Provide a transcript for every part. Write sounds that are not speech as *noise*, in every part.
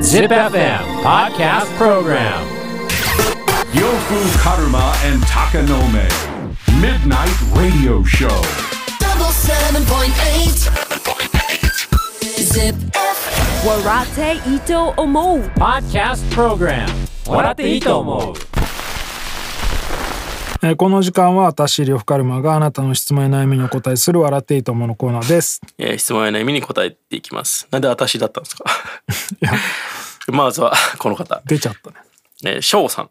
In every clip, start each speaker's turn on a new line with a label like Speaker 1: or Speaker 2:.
Speaker 1: Zip FM Podcast Program
Speaker 2: Yofu Karuma and Takanome. Midnight Radio Show.
Speaker 3: double seven point eight. Zip.
Speaker 4: Warate Ito Omo.
Speaker 1: Podcast Program 笑っていいと思う
Speaker 5: えーこの時間は私呂布カルマがあなたの質問や悩みにお答えする笑っていいと思うのコーナーです
Speaker 6: えー質問や悩みに答えていきます。なんで私だったんですか *laughs* まずはこの方、
Speaker 5: 出ちゃったね
Speaker 6: えー、翔さん。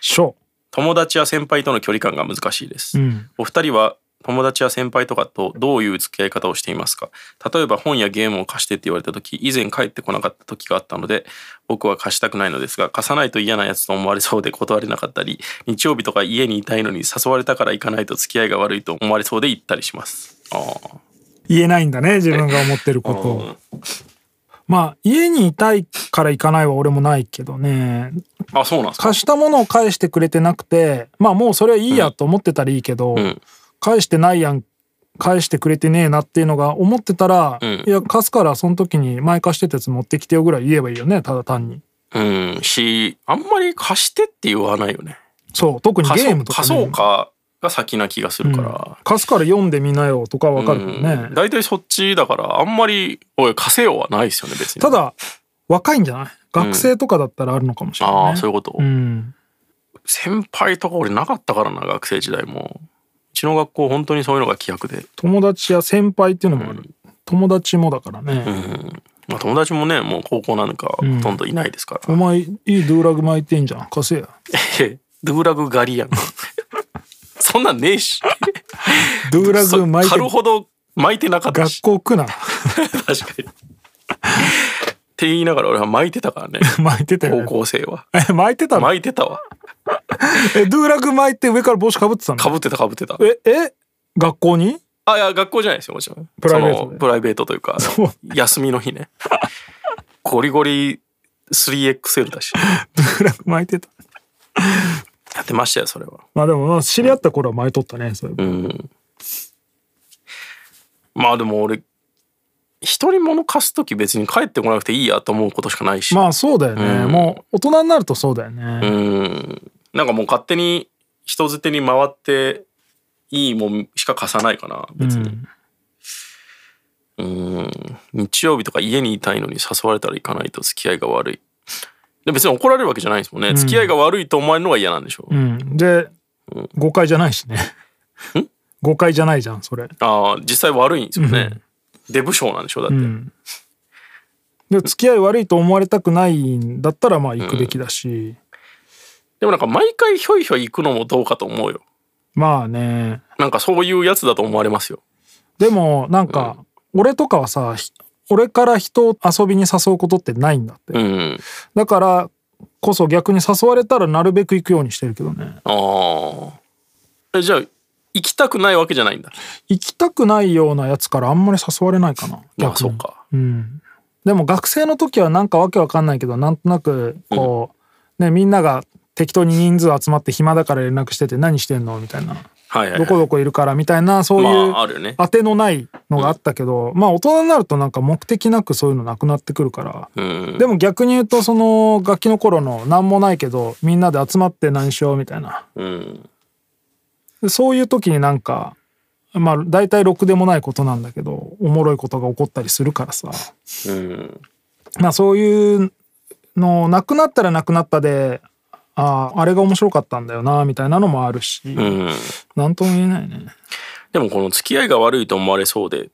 Speaker 5: ショ
Speaker 6: 友達や先輩との距離感が難しいです、
Speaker 5: ん
Speaker 6: お二人は友達や先輩とかとどういう付き合い方をしていますか例えば本やゲームを貸してって言われた時以前帰ってこなかった時があったので僕は貸したくないのですが貸さないと嫌なやつと思われそうで *laughs* 断れなかったり日曜日とか家にいたいのに誘われたから行かないと付き合いが悪いと思われそうで行ったりしますあー
Speaker 5: 言えないんだね自分が思ってることをまあ家にいたいから行かないは俺もないけどね
Speaker 6: あそうなんですか
Speaker 5: 貸したものを返してくれてなくてまあもうそれはいいやと思ってたらいいけど、
Speaker 6: ん
Speaker 5: 返してないやん返してくれてねえなっていうのが思ってたら、
Speaker 6: ん
Speaker 5: いや貸すからその時に前貸してたやつ持ってきてよぐらい言えばいいよねただ単に
Speaker 6: うんしあんまり貸してって言わないよね
Speaker 5: そう特に
Speaker 6: 貸
Speaker 5: ゲ
Speaker 6: そ
Speaker 5: ー
Speaker 6: う
Speaker 5: ムとか、
Speaker 6: 貸
Speaker 5: ね、
Speaker 6: そうかが先な気がするから、
Speaker 5: 貸すから読んでみなよとかわかるけどね、
Speaker 6: うん大体そっちだからあんまり「おい貸せよ」はないですよね別に
Speaker 5: ただ若いんじゃない学生とかだったらあるのかもしれ
Speaker 6: あ
Speaker 5: ない、
Speaker 6: あ
Speaker 5: ね
Speaker 6: そういうこと、
Speaker 5: うん
Speaker 6: 先輩とか俺なかったからな学生時代もうちの学校本当にそういうのが規約で、
Speaker 5: 友達や先輩っていうのもある、友達もだから
Speaker 6: う
Speaker 5: ね、
Speaker 6: んまあ、友達もねもう高校なんかほとんどいないですから、
Speaker 5: お前いいドゥーラグ巻いてんじゃん貸せや
Speaker 6: *laughs* ドゥーラグ狩りやん *laughs* そんなんねえし
Speaker 5: ドゥーラグ巻いて
Speaker 6: 狩るほど巻いてなかった
Speaker 5: 学
Speaker 6: し
Speaker 5: 校来な
Speaker 6: 確かにって言いながら俺は巻いてたか
Speaker 5: *laughs*
Speaker 6: らね
Speaker 5: 巻いてたよ、
Speaker 6: 高
Speaker 5: ね、
Speaker 6: 校生は
Speaker 5: え巻いてたの
Speaker 6: 巻いてたわ
Speaker 5: えドゥーラグ巻いて上から帽子かぶってたの
Speaker 6: かぶってたかぶってた
Speaker 5: ええ学校に
Speaker 6: あ、いや、学校じゃないですよ、もちろん。
Speaker 5: プライベートで
Speaker 6: そのプライベートというか、
Speaker 5: そう
Speaker 6: 休みの日ね。ゴリゴリ 3XL だし。
Speaker 5: ドゥーラグ巻いてた
Speaker 6: やってましたよ、それは。
Speaker 5: まあでもまあ知り合った頃は巻いとったねそれ
Speaker 6: うん。まあでも俺、一人物貸すとき別に帰ってこなくていいやと思うことしかないし。
Speaker 5: まあそうだよね、
Speaker 6: うん
Speaker 5: もう大人になるとそうだよ
Speaker 6: う
Speaker 5: ね、
Speaker 6: ん。なんかもう勝手に人づてに回って、いいもんしか貸さないかな、別に。うん日曜日とか家にいたいのに誘われたら行かないと付き合いが悪いで別に怒られるわけじゃないですもんね、付き合いが悪いと思われるのが嫌なんでしょう、
Speaker 5: うん、で誤解じゃないしね誤解じゃないじゃんそれ
Speaker 6: ああ実際悪いんですよね、デブ症なんでしょうだって、
Speaker 5: うんで付き合い悪いと思われたくないんだったらまあ行くべきだし、
Speaker 6: でもなんか毎回ひょいひょい行くのもどうかと思うよ
Speaker 5: まあね
Speaker 6: なんかそういうやつだと思われますよ
Speaker 5: でもなんか俺とかはさひ俺から人を遊びに誘うことってないんだって、
Speaker 6: うん
Speaker 5: だからこそ逆に誘われたらなるべく行くようにしてるけどね
Speaker 6: ああえじゃあ行きたくないわけじゃないんだ
Speaker 5: 行きたくないようなやつからあんまり誘われないかな逆に
Speaker 6: まあそうか
Speaker 5: うん、でも学生の時はなんかわけわかんないけどなんとなくこう、ね、みんなが適当に人数集まって暇だから連絡してて何してんのみたいな
Speaker 6: はいはい、
Speaker 5: どこどこいるからみたいなそういう
Speaker 6: まああるよね
Speaker 5: 当てのないのがあったけど、まあ大人になるとなんか目的なくそういうのなくなってくるから。
Speaker 6: うん
Speaker 5: でも逆に言うとその楽器の頃の何もないけどみんなで集まって何しようみたいな
Speaker 6: うん
Speaker 5: でそういう時になんかまあ大体ろくでもないことなんだけどおもろいことが起こったりするからさ
Speaker 6: うん
Speaker 5: まあそういうのなくなったらなくなったであああれが面白かったんだよなみたいなのもあるし、
Speaker 6: うん
Speaker 5: なんとも言えないね
Speaker 6: でもこの付き合いが悪いと思われそうで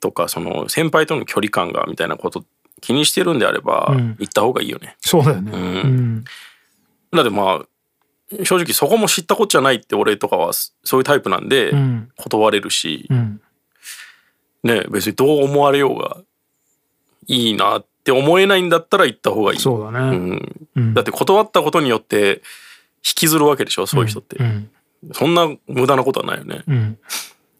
Speaker 6: とかその先輩との距離感がみたいなこと気にしてるんであれば
Speaker 5: ん
Speaker 6: 行った方がいいよね、
Speaker 5: そうだよね、うん
Speaker 6: だってまあ正直そこも知ったこっちゃないって俺とかはそそういうタイプなんで
Speaker 5: ん
Speaker 6: 断れるし、
Speaker 5: ん
Speaker 6: ね別にどう思われようがいいなって思えないんだったら行った方がいい
Speaker 5: そうだね、
Speaker 6: うんだって断ったことによって引きずるわけでしょそういう人って、
Speaker 5: うん
Speaker 6: そんな無駄なことはないよね、
Speaker 5: ん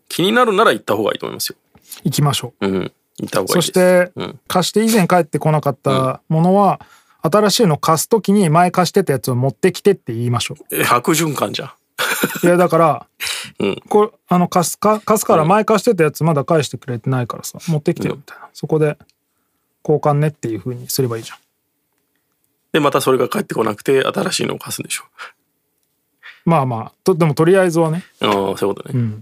Speaker 6: 気になるなら行った方がいいと思いますよ
Speaker 5: 行きましょう
Speaker 6: うん行った方がいいです
Speaker 5: そして、
Speaker 6: うん
Speaker 5: 貸して以前帰ってこなかったものは、新しいの貸す時に前貸してたやつを持ってきてって言いましょ
Speaker 6: え悪循環じゃん
Speaker 5: う
Speaker 6: *laughs*
Speaker 5: いやだから、
Speaker 6: うん
Speaker 5: これあの貸すか貸すから前貸してたやつまだ返してくれてないからさ持ってきてよみたいな、そこで交換ねっていう風にすればいいじゃん。
Speaker 6: でまたそれが返ってこなくて新しいのを貸すんでしょ
Speaker 5: まあまあとでもとりあえずはね、
Speaker 6: ああそういうことね、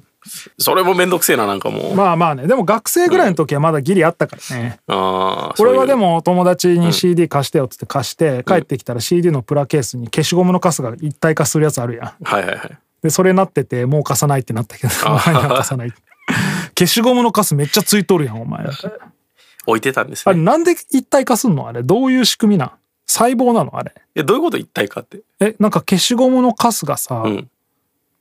Speaker 6: それもめんどくせえななんかもう、
Speaker 5: まあまあねでも学生ぐらいの時はまだギリあったからね、
Speaker 6: ああ
Speaker 5: 俺はで
Speaker 6: も
Speaker 5: も友達に CD 貸してよっつって貸して帰ってきたら CD のプラケースに消しゴムのカスが一体化するやつあるやん
Speaker 6: はいはいはい
Speaker 5: でそれなっててもう貸さないってなったけど前には貸さない消しゴムのカスめっちゃついとるやんお前
Speaker 6: 置いてたんです
Speaker 5: あれ
Speaker 6: ね
Speaker 5: なんで一体化すんのあれどういう仕組みなん細胞なのあれ
Speaker 6: えどういうこと一体化って
Speaker 5: えなんか消しゴムのカスがさ、
Speaker 6: ん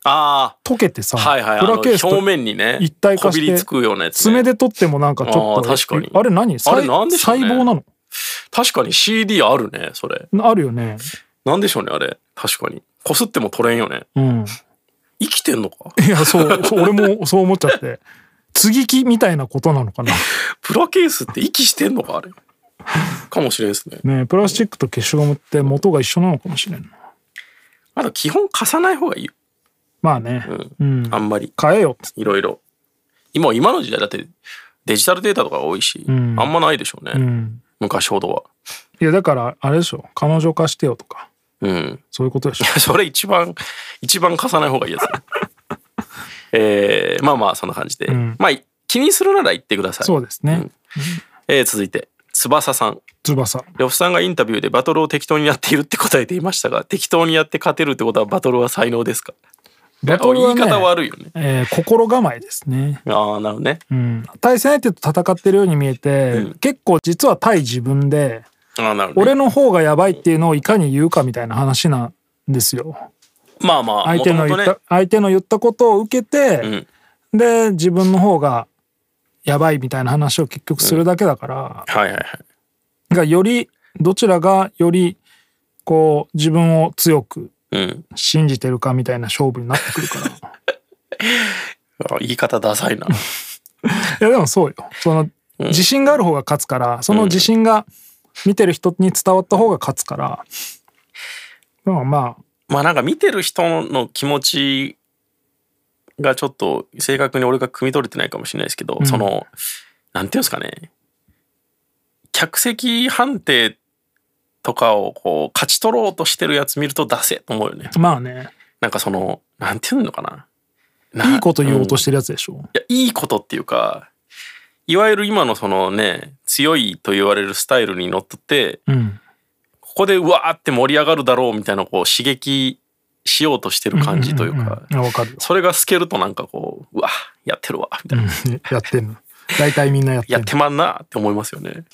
Speaker 6: あ
Speaker 5: 溶けてさ、
Speaker 6: あはいはいあ
Speaker 5: プ
Speaker 6: の
Speaker 5: ラケースと
Speaker 6: 表面にね
Speaker 5: 一体化して
Speaker 6: こびりつくようなやつ、
Speaker 5: 爪
Speaker 6: ね、
Speaker 5: で取ってもなんかちょっと
Speaker 6: あー確かに
Speaker 5: えあれ何細
Speaker 6: あれなんでしょう
Speaker 5: 細
Speaker 6: ね
Speaker 5: 胞なの
Speaker 6: 確かに CD あるねそれ
Speaker 5: あるよね。
Speaker 6: なんでしょうねあれ確かにこすっても取れんよね
Speaker 5: うん。
Speaker 6: 生きてんのか
Speaker 5: いや、そう、そう俺もそう思っちゃって。継ぎ木みたいなことなのかな。
Speaker 6: プラケースって息してんのかあれかもしれんですね
Speaker 5: ねえプラスチックと消しゴムって元が一緒なのかもしれんな。
Speaker 6: あと基本貸さない方がいいよ、
Speaker 5: まあね。うん。
Speaker 6: あんまり
Speaker 5: 買えよって。
Speaker 6: いろいろ今今の時代だってデジタルデータとかが多いし、
Speaker 5: ん
Speaker 6: あんまないでしょうね、
Speaker 5: うん。
Speaker 6: 昔ほどはい
Speaker 5: や、だから、あれでしょ。彼女化してよとか、
Speaker 6: うん
Speaker 5: そういうことでしょ。
Speaker 6: それ一番一番貸さない方がいいやつ *laughs* ねえーまあまあそんな感じで、
Speaker 5: ん
Speaker 6: まあ気にするなら言ってください
Speaker 5: そうですね。
Speaker 6: えー続いて翼さん
Speaker 5: 翼。
Speaker 6: 呂布さんがインタビューでバトルを適当にやっているって答えていましたが適当にやって勝てるってことはバトルは才能ですか
Speaker 5: バトルはね
Speaker 6: 言い方悪いよね
Speaker 5: えー心構えですね。
Speaker 6: ああなるほどね
Speaker 5: うん。対戦相手と戦ってるように見えて、結構実は対自分で、
Speaker 6: ああなるほどね
Speaker 5: 俺の方がやばいっていうのをいかに言うかみたいな話なんですよ。
Speaker 6: まあまあ
Speaker 5: 相手の言
Speaker 6: 元
Speaker 5: った、
Speaker 6: 々ね
Speaker 5: 相手の言ったことを受けて、で自分の方がやばいみたいな話を結局するだけだから、
Speaker 6: はいはいはい
Speaker 5: がよりどちらがよりこう自分を強く
Speaker 6: うん
Speaker 5: 信じてるかみたいな勝負になってくる
Speaker 6: *laughs*
Speaker 5: から
Speaker 6: あ言い方ダサいな *laughs*
Speaker 5: いやでもそうよその自信がある方が勝つからその自信が見てる人に伝わった方が勝つからでもまあ
Speaker 6: まあなんか見てる人の気持ちがちょっと正確に俺が汲み取れてないかもしれないですけど、そのなんていうんですかね客席判定とかをこう勝ち取ろうとしてるやつ見ると出せと思うよね
Speaker 5: まあね
Speaker 6: なんかそのなんていうのかないい
Speaker 5: いこと言おうとしてるやつでしょ、
Speaker 6: いや、いいことっていうか、いわゆる今のそのね、強いと言われるスタイルにのっとって、
Speaker 5: ん
Speaker 6: ここでうわーって盛り上がるだろうみたいなこう刺激しようとしてる感じというか、
Speaker 5: いやわかるよ *laughs*
Speaker 6: それが透けるとなんかこう、うわ、やってるわ、みたいな。
Speaker 5: やってんの大体みんなやってん
Speaker 6: や
Speaker 5: の
Speaker 6: ってまんなって思いますよね。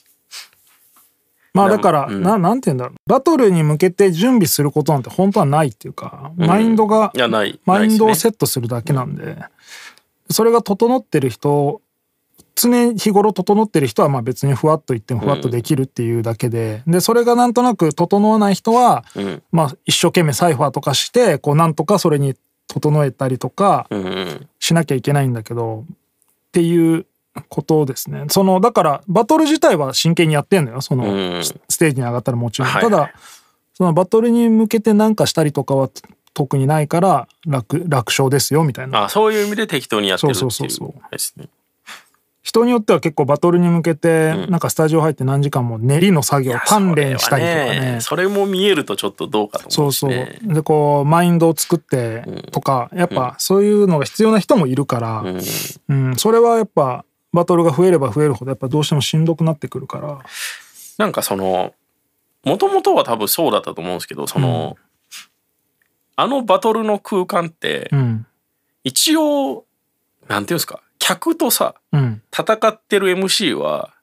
Speaker 5: まあだから、ななんて言うんだろうバトルに向けて準備することなんて本当はないっていうか、マインドが
Speaker 6: いやない
Speaker 5: マインドをセ
Speaker 6: ないですね
Speaker 5: ットするだけなんでそれが整ってる人常日頃整ってる人はまあ別にふわっと言ってもふわっとできるっていうだけで、でそれがなんとなく整わない人は、
Speaker 6: ん
Speaker 5: まあ一生懸命サイファーとかしてこうなんとかそれに整えたりとか、
Speaker 6: うんうん。
Speaker 5: しなきゃいけないんだけどっていうことですねそのだからバトル自体は真剣にやってんのよその、
Speaker 6: うん
Speaker 5: スステージに上がったらもちろん、
Speaker 6: はいはい
Speaker 5: ただそのバトルに向けて何かしたりとかは特にないから楽楽勝ですよみたいな
Speaker 6: あそういう意味で適当にやってるっていう。
Speaker 5: そうそうそうそう
Speaker 6: ですね。
Speaker 5: 人によっては結構バトルに向けてなんかスタジオ入って何時間も練りの作業鍛錬したりとか
Speaker 6: それは
Speaker 5: ね
Speaker 6: それも見えるとちょっとどうかと
Speaker 5: そ
Speaker 6: 思
Speaker 5: う
Speaker 6: うし
Speaker 5: そう
Speaker 6: ね。
Speaker 5: でこうマインドを作ってとか、やっぱそういうのが必要な人もいるから、うんそれはやっぱバトルが増えれば増えるほどやっぱどうしてもしんどくなってくるから
Speaker 6: なんかそのもともとは多分そうだったと思うんですけどその、あのバトルの空間って、
Speaker 5: うん
Speaker 6: 一応なんていうんですか客とさ
Speaker 5: うん
Speaker 6: 戦ってる MC は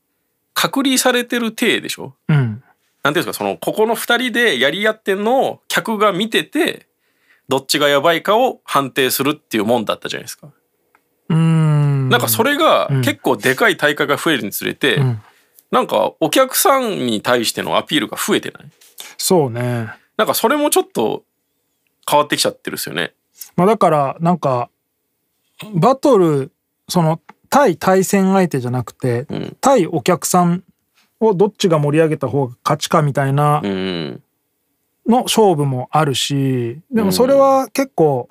Speaker 6: 隔離されてる体でしょ
Speaker 5: うん
Speaker 6: なんていうんですかそのここの2人でやり合ってんのを客が見ててどっちがやばいかを判定するっていうもんだったじゃないですか。
Speaker 5: うーん
Speaker 6: なんかそれが結構でかい大会が増えるにつれて、
Speaker 5: ん
Speaker 6: なんかお客さんに対してのアピールが増えてない
Speaker 5: そうね、
Speaker 6: なんかそれもちょっと変わってきちゃってるっすよね。
Speaker 5: まあ、だからなんかバトルその対対戦相手じゃなくて、対お客さんをどっちが盛り上げた方が勝ちかみたいな
Speaker 6: うん。
Speaker 5: の勝負もあるしでもそれは結構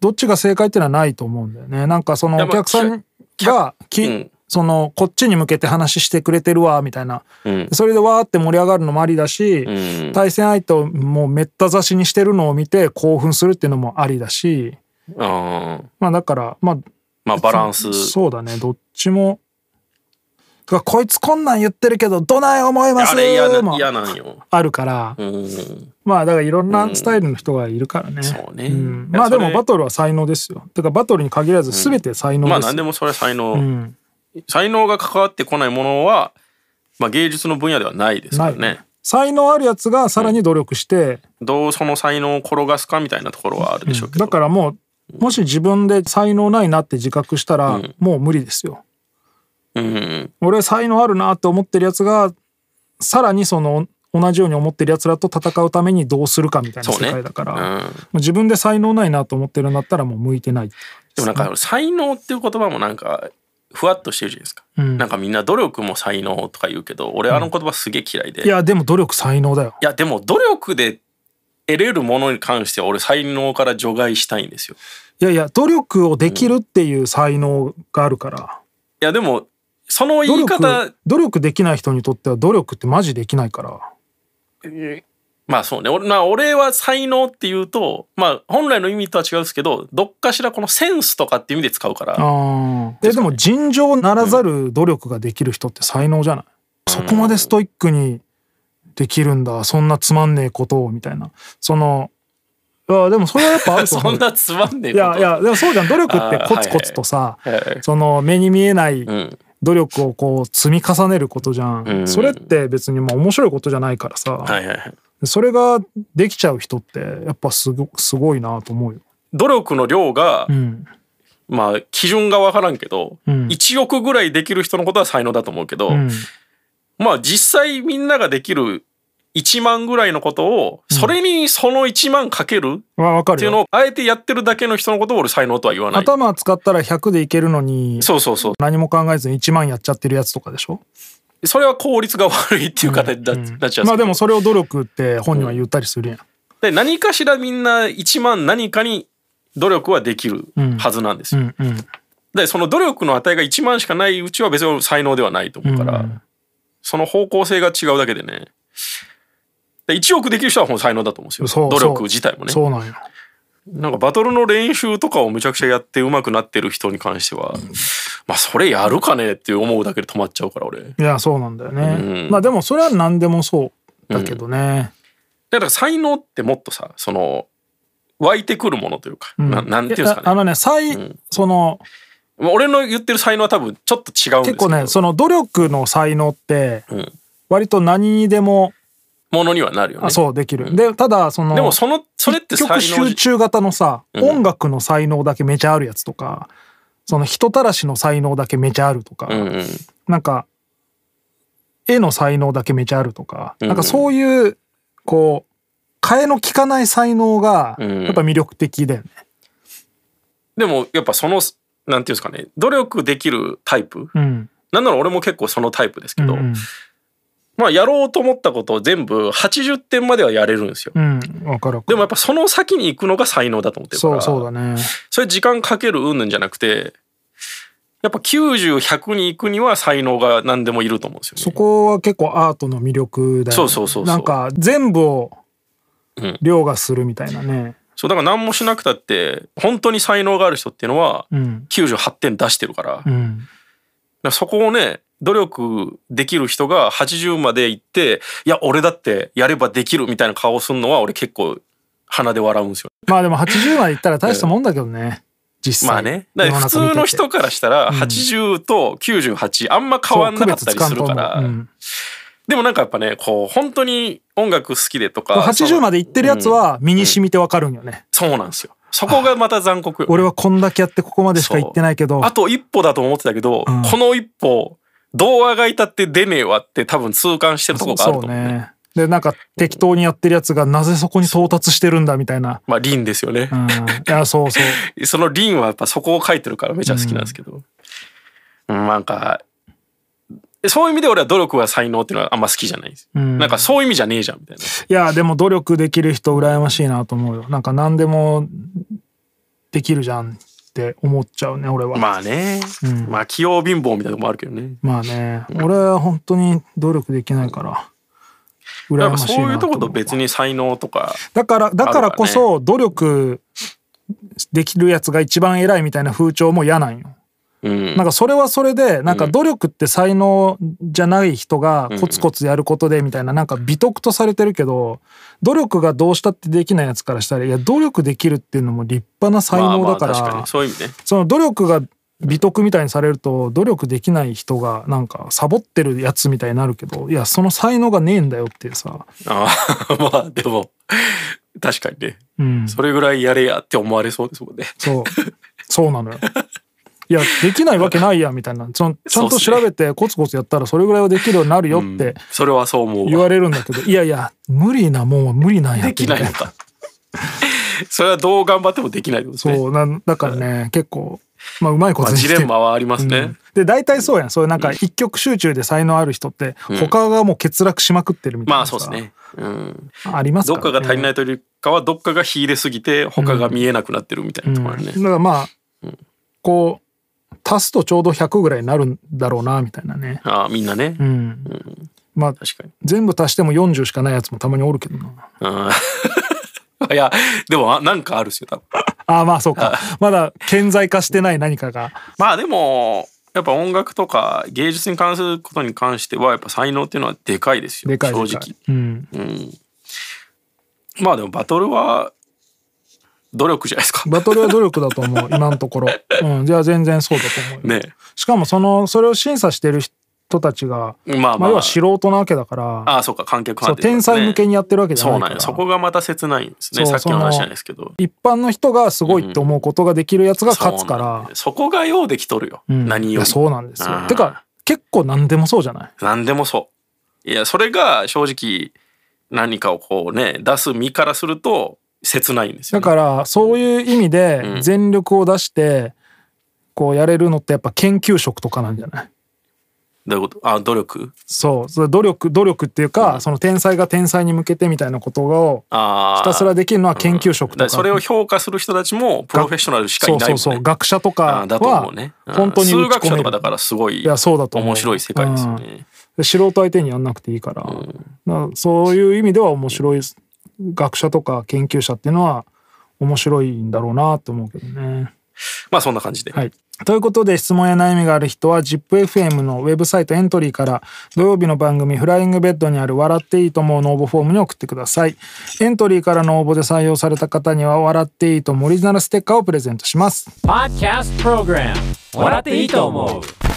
Speaker 5: どっちが正解っていうのはないと思ううんだよねなんかその
Speaker 6: いや
Speaker 5: お
Speaker 6: まあ
Speaker 5: 客さんがき、
Speaker 6: うん
Speaker 5: そのこっちに向けて話してくれてるわみたいな、
Speaker 6: うん
Speaker 5: それでわーって盛り上がるのもありだし、
Speaker 6: ん
Speaker 5: 対戦相手をもうめった刺しにしてるのを見て興奮するっていうのもありだし
Speaker 6: あー
Speaker 5: まあだからまあ
Speaker 6: まあバランス
Speaker 5: そうだねどっちもだからこいつこんなん言ってるけどどない思います
Speaker 6: あれ嫌な
Speaker 5: も
Speaker 6: 嫌なんよ
Speaker 5: あるから、
Speaker 6: うん
Speaker 5: まあだからいろんなスタイルの人がいるからね、うん
Speaker 6: そうねいや
Speaker 5: まあで
Speaker 6: そ
Speaker 5: も
Speaker 6: れ
Speaker 5: バトルは才能ですよだからバトルに限らず全て才能ですよ、
Speaker 6: まあ何でもそれは才能、
Speaker 5: うん
Speaker 6: 才能が関わってこないものは、まあ、芸術の分野ではないですから
Speaker 5: ない
Speaker 6: ね
Speaker 5: 才能あるやつがさらに努力して、
Speaker 6: どうその才能を転がすかみたいなところはあるでしょうけど、
Speaker 5: だからもうもし自分で才能ないなって自覚したら、もう無理ですよ
Speaker 6: うんうん
Speaker 5: 俺才能あるなって思ってるやつがさらにその同じように思ってるやつらと戦うためにどうするかみたいな
Speaker 6: そ
Speaker 5: 世
Speaker 6: うね
Speaker 5: 界だから、
Speaker 6: うん
Speaker 5: もう自分で才能ないなと思ってるんだったらもう向いてない
Speaker 6: でもなんか才能っていう言葉もなんかふわっとしてるじゃないですか、なんかみんな努力も才能とか言うけど俺あの言葉すげえ嫌いで、
Speaker 5: いやでも努力才能だよ
Speaker 6: いやでも努力で得れるものに関しては俺才能から除外したいんですよ
Speaker 5: いやいや努力をできるっていう才能があるから、
Speaker 6: いやでもその言い
Speaker 5: 努
Speaker 6: 方
Speaker 5: 力努力できない人にとっては努力ってマジできないから
Speaker 6: まあそうね俺,、まあ、俺は才能っていうとまあ本来の意味とは違うんですけどどっかしらこのセンスとかっていう意味で使うから
Speaker 5: あーえでも尋常ならざる努力ができる人って才能じゃない、そこまでストイックにできるんだそんなつまんねえことをみたいなそのいやでもそれはやっぱあると思
Speaker 6: *laughs* そ
Speaker 5: うん
Speaker 6: なつまんねえ
Speaker 5: い
Speaker 6: こと
Speaker 5: やいやでもそうじゃん努力ってコツコツとさ、その目に見えない
Speaker 6: ん
Speaker 5: 努力をこう積み重ねることじゃん、
Speaker 6: うん
Speaker 5: それって別にまあ面白いことじゃないからさ、
Speaker 6: はいはいはい
Speaker 5: それができちゃう人ってやっぱすごすごいなと思うよ。
Speaker 6: 努力の量が、
Speaker 5: ん
Speaker 6: まあ基準が分からんけど、1億ぐらいできる人のことは才能だと思うけど、
Speaker 5: うん
Speaker 6: まあ実際みんなができる1万ぐらいのことをそれにその1万かける
Speaker 5: わわか
Speaker 6: っ
Speaker 5: る
Speaker 6: ていう
Speaker 5: よ
Speaker 6: のをあえてやってるだけの人のことを俺才能とは言わない。
Speaker 5: 頭使ったら100でいけるのに
Speaker 6: そうそうそ
Speaker 5: 何も考えずに1万やっちゃってるやつとかでしょ
Speaker 6: うそれは効率が悪いっていう形にななっちゃう、
Speaker 5: まあでもそれを努力って本人は言ったりするやん、
Speaker 6: で何かしらみんな1万何かに努力はできるはずなんですよ。
Speaker 5: うん
Speaker 6: でその努力の値が1万しかないうちは別に才能ではないと思うから、その方向性が違うだけでねで1億できる人はほんと才能だと思うんです
Speaker 5: そ
Speaker 6: よ
Speaker 5: う
Speaker 6: 努
Speaker 5: そ
Speaker 6: 力
Speaker 5: う
Speaker 6: 自体もね
Speaker 5: そうなんよ
Speaker 6: なんかバトルの練習とかをむちゃくちゃやって上手くなってる人に関してはまあそれやるかねって思うだけで止まっちゃうから俺だか
Speaker 5: いやそうなんだよね、
Speaker 6: うん
Speaker 5: まあでもそれは何でもそうだけどね、
Speaker 6: ら才能ってもっとさその湧いてくるものというか、
Speaker 5: う
Speaker 6: ななんていうんです
Speaker 5: や
Speaker 6: か
Speaker 5: あ
Speaker 6: ね
Speaker 5: のね最、その
Speaker 6: まあ俺の言ってる才能は多分ちょっと違うんですけ
Speaker 5: 結
Speaker 6: ど
Speaker 5: 構ねその努力の才能って
Speaker 6: うん
Speaker 5: 割と何にでも、
Speaker 6: ものにはなるよね
Speaker 5: あそうできる、でただその
Speaker 6: でもそのそれって才
Speaker 5: 結局
Speaker 6: 能
Speaker 5: 集中型のさ、音楽の才能だけめちゃあるやつとかその人たらしの才能だけめちゃあるとか、
Speaker 6: うんうん
Speaker 5: なんか絵の才能だけめちゃあるとか、
Speaker 6: ん
Speaker 5: なんかそういうこう替えの利かない才能が
Speaker 6: ん
Speaker 5: やっぱ魅力的だよね。
Speaker 6: でもやっぱそのなんていうんですかね努力できるタイプ、
Speaker 5: うん、
Speaker 6: なんなら俺も結構そのタイプですけ
Speaker 5: うん
Speaker 6: ど、まあやろうと思ったことを全部80点まではやれるんですよ、
Speaker 5: うん、わかるわか
Speaker 6: で
Speaker 5: る。
Speaker 6: もやっぱその先に行くのが才能だと思ってるか
Speaker 5: そ
Speaker 6: ら
Speaker 5: うそうだね。
Speaker 6: それ時間かけるうんぬんじゃなくてやっぱ90100に行くには才能が何でもいると思うんです
Speaker 5: そ
Speaker 6: よね
Speaker 5: こは結構アートの魅力だよね。
Speaker 6: そうそうそうそう
Speaker 5: なんか全部を
Speaker 6: うん
Speaker 5: 凌駕するみたいなね。
Speaker 6: そうだから何もしなくたって本当に才能がある人っていうのは
Speaker 5: うん。
Speaker 6: 98点出してるから、だ
Speaker 5: う
Speaker 6: か
Speaker 5: ん。
Speaker 6: らそこをね努力できる人が80まで行っていや俺だってやればできるみたいな顔するのは俺結構鼻で笑うんですよ
Speaker 5: まあでも80までい
Speaker 6: *laughs*
Speaker 5: ったら大したもんだけどね。実際。
Speaker 6: まあね。だから普
Speaker 5: 世
Speaker 6: 通
Speaker 5: 中
Speaker 6: の
Speaker 5: 見てて
Speaker 6: 人からしたら80と98あんま変わんなかったりするから、
Speaker 5: そう区別つかんと思ううん
Speaker 6: でもなんかやっぱねこう本当に音楽好きでとか
Speaker 5: 80までいってるやつ
Speaker 6: うん
Speaker 5: は身に染みてわかるんよね。
Speaker 6: そうなんですよそこがまた残酷よ
Speaker 5: 俺はこんだけやってここまでしか行ってないけど
Speaker 6: あと一歩だと思ってたけど、
Speaker 5: ん
Speaker 6: この一歩どうあがいたって出ねえわって多分痛感してるとこがあると思う,、ね
Speaker 5: でなんか適当にやってるやつがなぜそこに到達してるんだみたいな、
Speaker 6: まあ凛ですよね
Speaker 5: う、ん、いやそうそう
Speaker 6: その凛はやっぱそこを書いてるからめちゃ好きなんですけど、うんなんかそういう意味で俺は努力は才能っていうのはあんま好きじゃないです、
Speaker 5: ん
Speaker 6: なんかそういう意味じゃねえじゃんみたいない
Speaker 5: やでも努力できる人羨ましいなと思うよなんか何でもできるじゃんって思っちゃうね俺は
Speaker 6: まあね、まあ器用貧乏みたいなとこもあるけどね
Speaker 5: まあね、俺は本当に努力できないから、
Speaker 6: や
Speaker 5: 羨
Speaker 6: っぱ
Speaker 5: ましい
Speaker 6: そうい
Speaker 5: な
Speaker 6: うとことと
Speaker 5: 思う
Speaker 6: 別に才能とか
Speaker 5: だから、だからこ
Speaker 6: ある
Speaker 5: そ、努力できるやつが一番偉いみたいな風潮も嫌なんよ。
Speaker 6: うん
Speaker 5: なんかそれはそれで、なんか努力って才能じゃない人がコツコツやることでみたいな、なんか美徳とされてるけど、努力がどうしたってできないやつからしたら、いや、努力できるっていうのも立派な才
Speaker 6: まあ
Speaker 5: 能
Speaker 6: ま
Speaker 5: だ
Speaker 6: あ
Speaker 5: から、
Speaker 6: 確かにそういう意味ね
Speaker 5: その努力が美徳みたいにされると努力できない人がなんかサボってるやつみたいになるけどいやその才能がねえんだよっていうさ、
Speaker 6: ああ *laughs* まあでも確かにね
Speaker 5: うん、
Speaker 6: それぐらいやれやって思われそうですもんね
Speaker 5: そうそうなのよ。いやできないわけないやみたいなそのちゃんと調べてコツコツやったらそれぐらいはできるようになるよって
Speaker 6: それはそう思うわ
Speaker 5: 言われるんだけど、いやいや無理なもんは無理なんやっ
Speaker 6: で
Speaker 5: て
Speaker 6: きない
Speaker 5: *laughs*
Speaker 6: のかそれはどう頑張ってもできないってことですね
Speaker 5: そうなんだからね結構まあうまいこ
Speaker 6: ま
Speaker 5: と
Speaker 6: あ、
Speaker 5: にし
Speaker 6: ジ
Speaker 5: て
Speaker 6: レ
Speaker 5: る
Speaker 6: ンマはありますね、
Speaker 5: うんで大体そうやんそういうなんか一極集中で才能ある人って他がもう欠落しまくってるみたい
Speaker 6: ま
Speaker 5: な
Speaker 6: あ
Speaker 5: さ、
Speaker 6: そうですね、うん、
Speaker 5: あります
Speaker 6: どっ
Speaker 5: ら
Speaker 6: かが足りないというかはどっかが秀ですぎて他が見えなくなってるみたいなところあるね、
Speaker 5: だからまあ、こう足すとちょうど100ぐらいになるんだろうなみたいなね
Speaker 6: ああみんなね、
Speaker 5: うん、まあ
Speaker 6: 確かに
Speaker 5: 全部足しても40しかないやつもたまにおるけどな
Speaker 6: うん *laughs* いやでもあなんかあるっすよ多分
Speaker 5: ああまあそうかまだ顕在化してない何かが
Speaker 6: まあでもやっぱ音楽とか芸術に関することに関してはやっぱ才能っていうのはでかいですよ
Speaker 5: でかいでかい
Speaker 6: 正直
Speaker 5: うん、
Speaker 6: まあでもバトルは努力じゃないですか
Speaker 5: バトルは努力だと思う今のところ、うん、じゃあ全然そうだと思うよ、
Speaker 6: ね
Speaker 5: しかもそのそれを審査してる人たちが、
Speaker 6: まあまあ
Speaker 5: 要は素人なわけだから
Speaker 6: ああそうか観客
Speaker 5: そう
Speaker 6: 判定とかね
Speaker 5: 天才向けにやってるわけじゃ
Speaker 6: そ
Speaker 5: な
Speaker 6: う
Speaker 5: いか
Speaker 6: なん
Speaker 5: ら
Speaker 6: やそこがまた切ないんですね
Speaker 5: そう
Speaker 6: さっきの
Speaker 5: その
Speaker 6: 話じゃないですけど
Speaker 5: 一般の人がすごいって思うことができるやつが勝つか
Speaker 6: そう
Speaker 5: ら
Speaker 6: なんだよ、そこがようできとるよ、
Speaker 5: うん
Speaker 6: 何
Speaker 5: い
Speaker 6: よ
Speaker 5: や
Speaker 6: り
Speaker 5: そうなんです
Speaker 6: う
Speaker 5: よ
Speaker 6: ん
Speaker 5: てか結構何でもそうじゃない
Speaker 6: 何でもそういやそれが正直何かをこうね出す身からすると切ないんですよ、
Speaker 5: だ
Speaker 6: ね、
Speaker 5: からそういう意味で全力を出してこうやれるのってやっぱ研究職とかなんじゃない
Speaker 6: どういうことあ努力
Speaker 5: そうそれ努力努力っていうか、その天才が天才に向けてみたいなことを
Speaker 6: ああ
Speaker 5: ひたすらできるのは研究職
Speaker 6: だ
Speaker 5: と
Speaker 6: か
Speaker 5: から
Speaker 6: それを評価する人たちもプロフェッショナルしかい
Speaker 5: そう
Speaker 6: ないもん、ね、
Speaker 5: そうそう学者と
Speaker 6: あ
Speaker 5: か
Speaker 6: ーだと思う
Speaker 5: は
Speaker 6: ねうん
Speaker 5: 本当に
Speaker 6: 数
Speaker 5: 打ち
Speaker 6: 学
Speaker 5: 込め
Speaker 6: 者と
Speaker 5: る
Speaker 6: かだからすごい
Speaker 5: いやそうだと思う
Speaker 6: 面白い世界ですよね、
Speaker 5: で素人相手にやんなくていいから,、そういう意味では面白い学者とか研究者っていうのは面白いんだろうなと思うけどね。
Speaker 6: まあそんな感じで、
Speaker 5: はい。ということで質問や悩みがある人は ZIPFM のウェブサイトエントリーから土曜日の番組フライングベッドにある笑っていいと思うの応募フォームに送ってください。エントリーからの応募で採用された方には笑っていいと思うオリジナルステッカーをプレゼントします。
Speaker 1: Podcast Program 笑っていいと思う